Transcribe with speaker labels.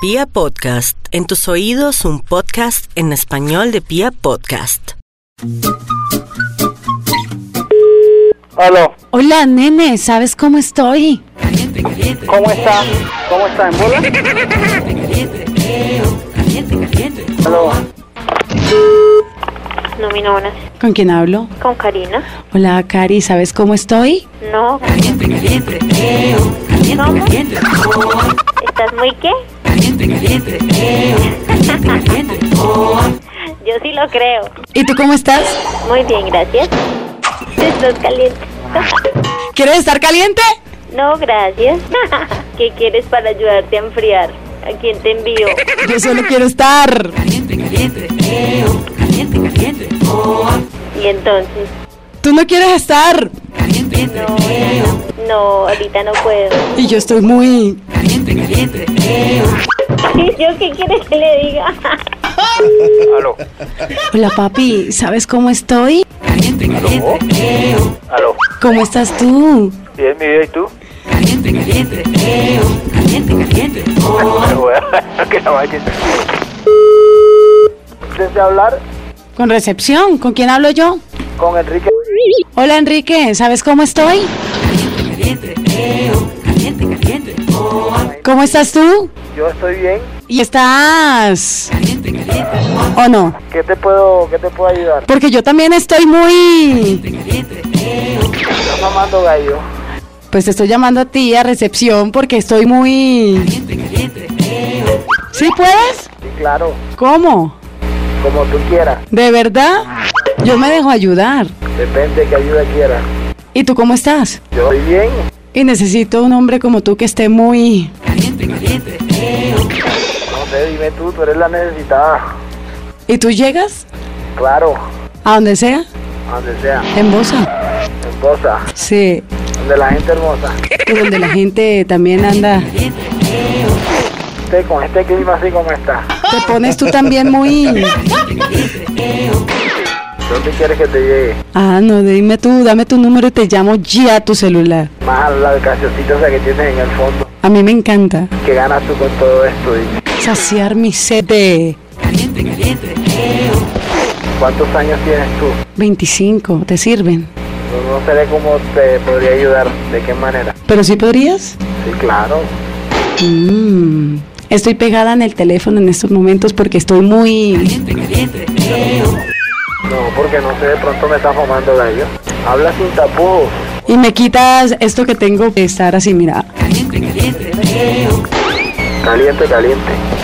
Speaker 1: Pia Podcast, en tus oídos un podcast en español de Pia Podcast.
Speaker 2: Aló,
Speaker 3: Hola, nene, ¿sabes cómo estoy?
Speaker 2: ¿cómo está? ¿Cómo está? ¿En bola? Aló,
Speaker 4: No, mi novia,
Speaker 3: ¿Con quién hablo?
Speaker 4: con Karina.
Speaker 3: Hola, Cari, ¿sabes cómo estoy?
Speaker 4: No. ¿Cómo? ¿Estás muy qué? Yo sí lo creo.
Speaker 3: ¿Y tú cómo estás?
Speaker 4: Muy bien, gracias. Estás caliente.
Speaker 3: ¿Quieres estar caliente?
Speaker 4: No, gracias. ¿Qué quieres para ayudarte a enfriar? ¿A quién te envío?
Speaker 3: Yo solo quiero estar.
Speaker 4: Y entonces,
Speaker 3: Tú no quieres estar.
Speaker 4: no, ahorita no puedo.
Speaker 3: Y yo estoy muy...
Speaker 4: ¿Y yo qué quieres que le diga?
Speaker 2: aló,
Speaker 3: Hola, papi, ¿sabes cómo estoy?
Speaker 2: aló.
Speaker 3: ¿Cómo estás tú?
Speaker 2: Bien, mi vida, ¿y tú? ¿eh? que la vayas. Desde hablar
Speaker 3: ¿Con recepción? ¿Con quién hablo yo?
Speaker 2: con Enrique.
Speaker 3: Hola, Enrique, ¿sabes cómo estoy? ¿Cómo estás tú?
Speaker 2: Yo estoy bien.
Speaker 3: ¿Y estás? ¿O no?
Speaker 2: ¿Qué te puedo, qué te puedo ayudar?
Speaker 3: Porque yo también estoy muy...
Speaker 2: Estás mamando gallo.
Speaker 3: Pues te estoy llamando a ti a recepción porque estoy muy... ¿Sí puedes?
Speaker 2: Sí, claro,
Speaker 3: ¿Cómo?
Speaker 2: como tú quieras.
Speaker 3: ¿De verdad? Yo me dejo ayudar.
Speaker 2: Depende de qué ayuda quieras.
Speaker 3: ¿Y tú cómo estás?
Speaker 2: Yo estoy bien.
Speaker 3: Y necesito un hombre como tú que esté muy...
Speaker 2: No sé, dime tú, tú eres la necesitada.
Speaker 3: ¿Y tú llegas?
Speaker 2: Claro,
Speaker 3: ¿A donde sea?
Speaker 2: donde sea.
Speaker 3: ¿En Bosa?
Speaker 2: Hermosa,
Speaker 3: Sí.
Speaker 2: donde la gente hermosa.
Speaker 3: Y donde la gente también anda...
Speaker 2: Usted con este clima así como está.
Speaker 3: Te pones tú también muy...
Speaker 2: ¿Dónde quieres que te llegue?
Speaker 3: Ah, no, dime tú, dame tu número y te llamo ya a tu celular.
Speaker 2: Más a la cancioncita esa que tienes en el fondo.
Speaker 3: A mí me encanta
Speaker 2: ¿Qué ganas tú con todo esto? Dime.
Speaker 3: saciar mi sed de
Speaker 2: ¿Cuántos años tienes tú?
Speaker 3: 25. ¿Te sirven?
Speaker 2: No, no sé de cómo te podría ayudar. ¿De qué manera?
Speaker 3: ¿Pero sí podrías?
Speaker 2: Sí, claro.
Speaker 3: Mm, Estoy pegada en el teléfono en estos momentos porque estoy muy...
Speaker 2: No, porque no sé, de pronto me estás fumando gallo. Habla sin tapujos.
Speaker 3: Y me quitas esto que tengo que estar así, mira.
Speaker 2: Caliente, caliente.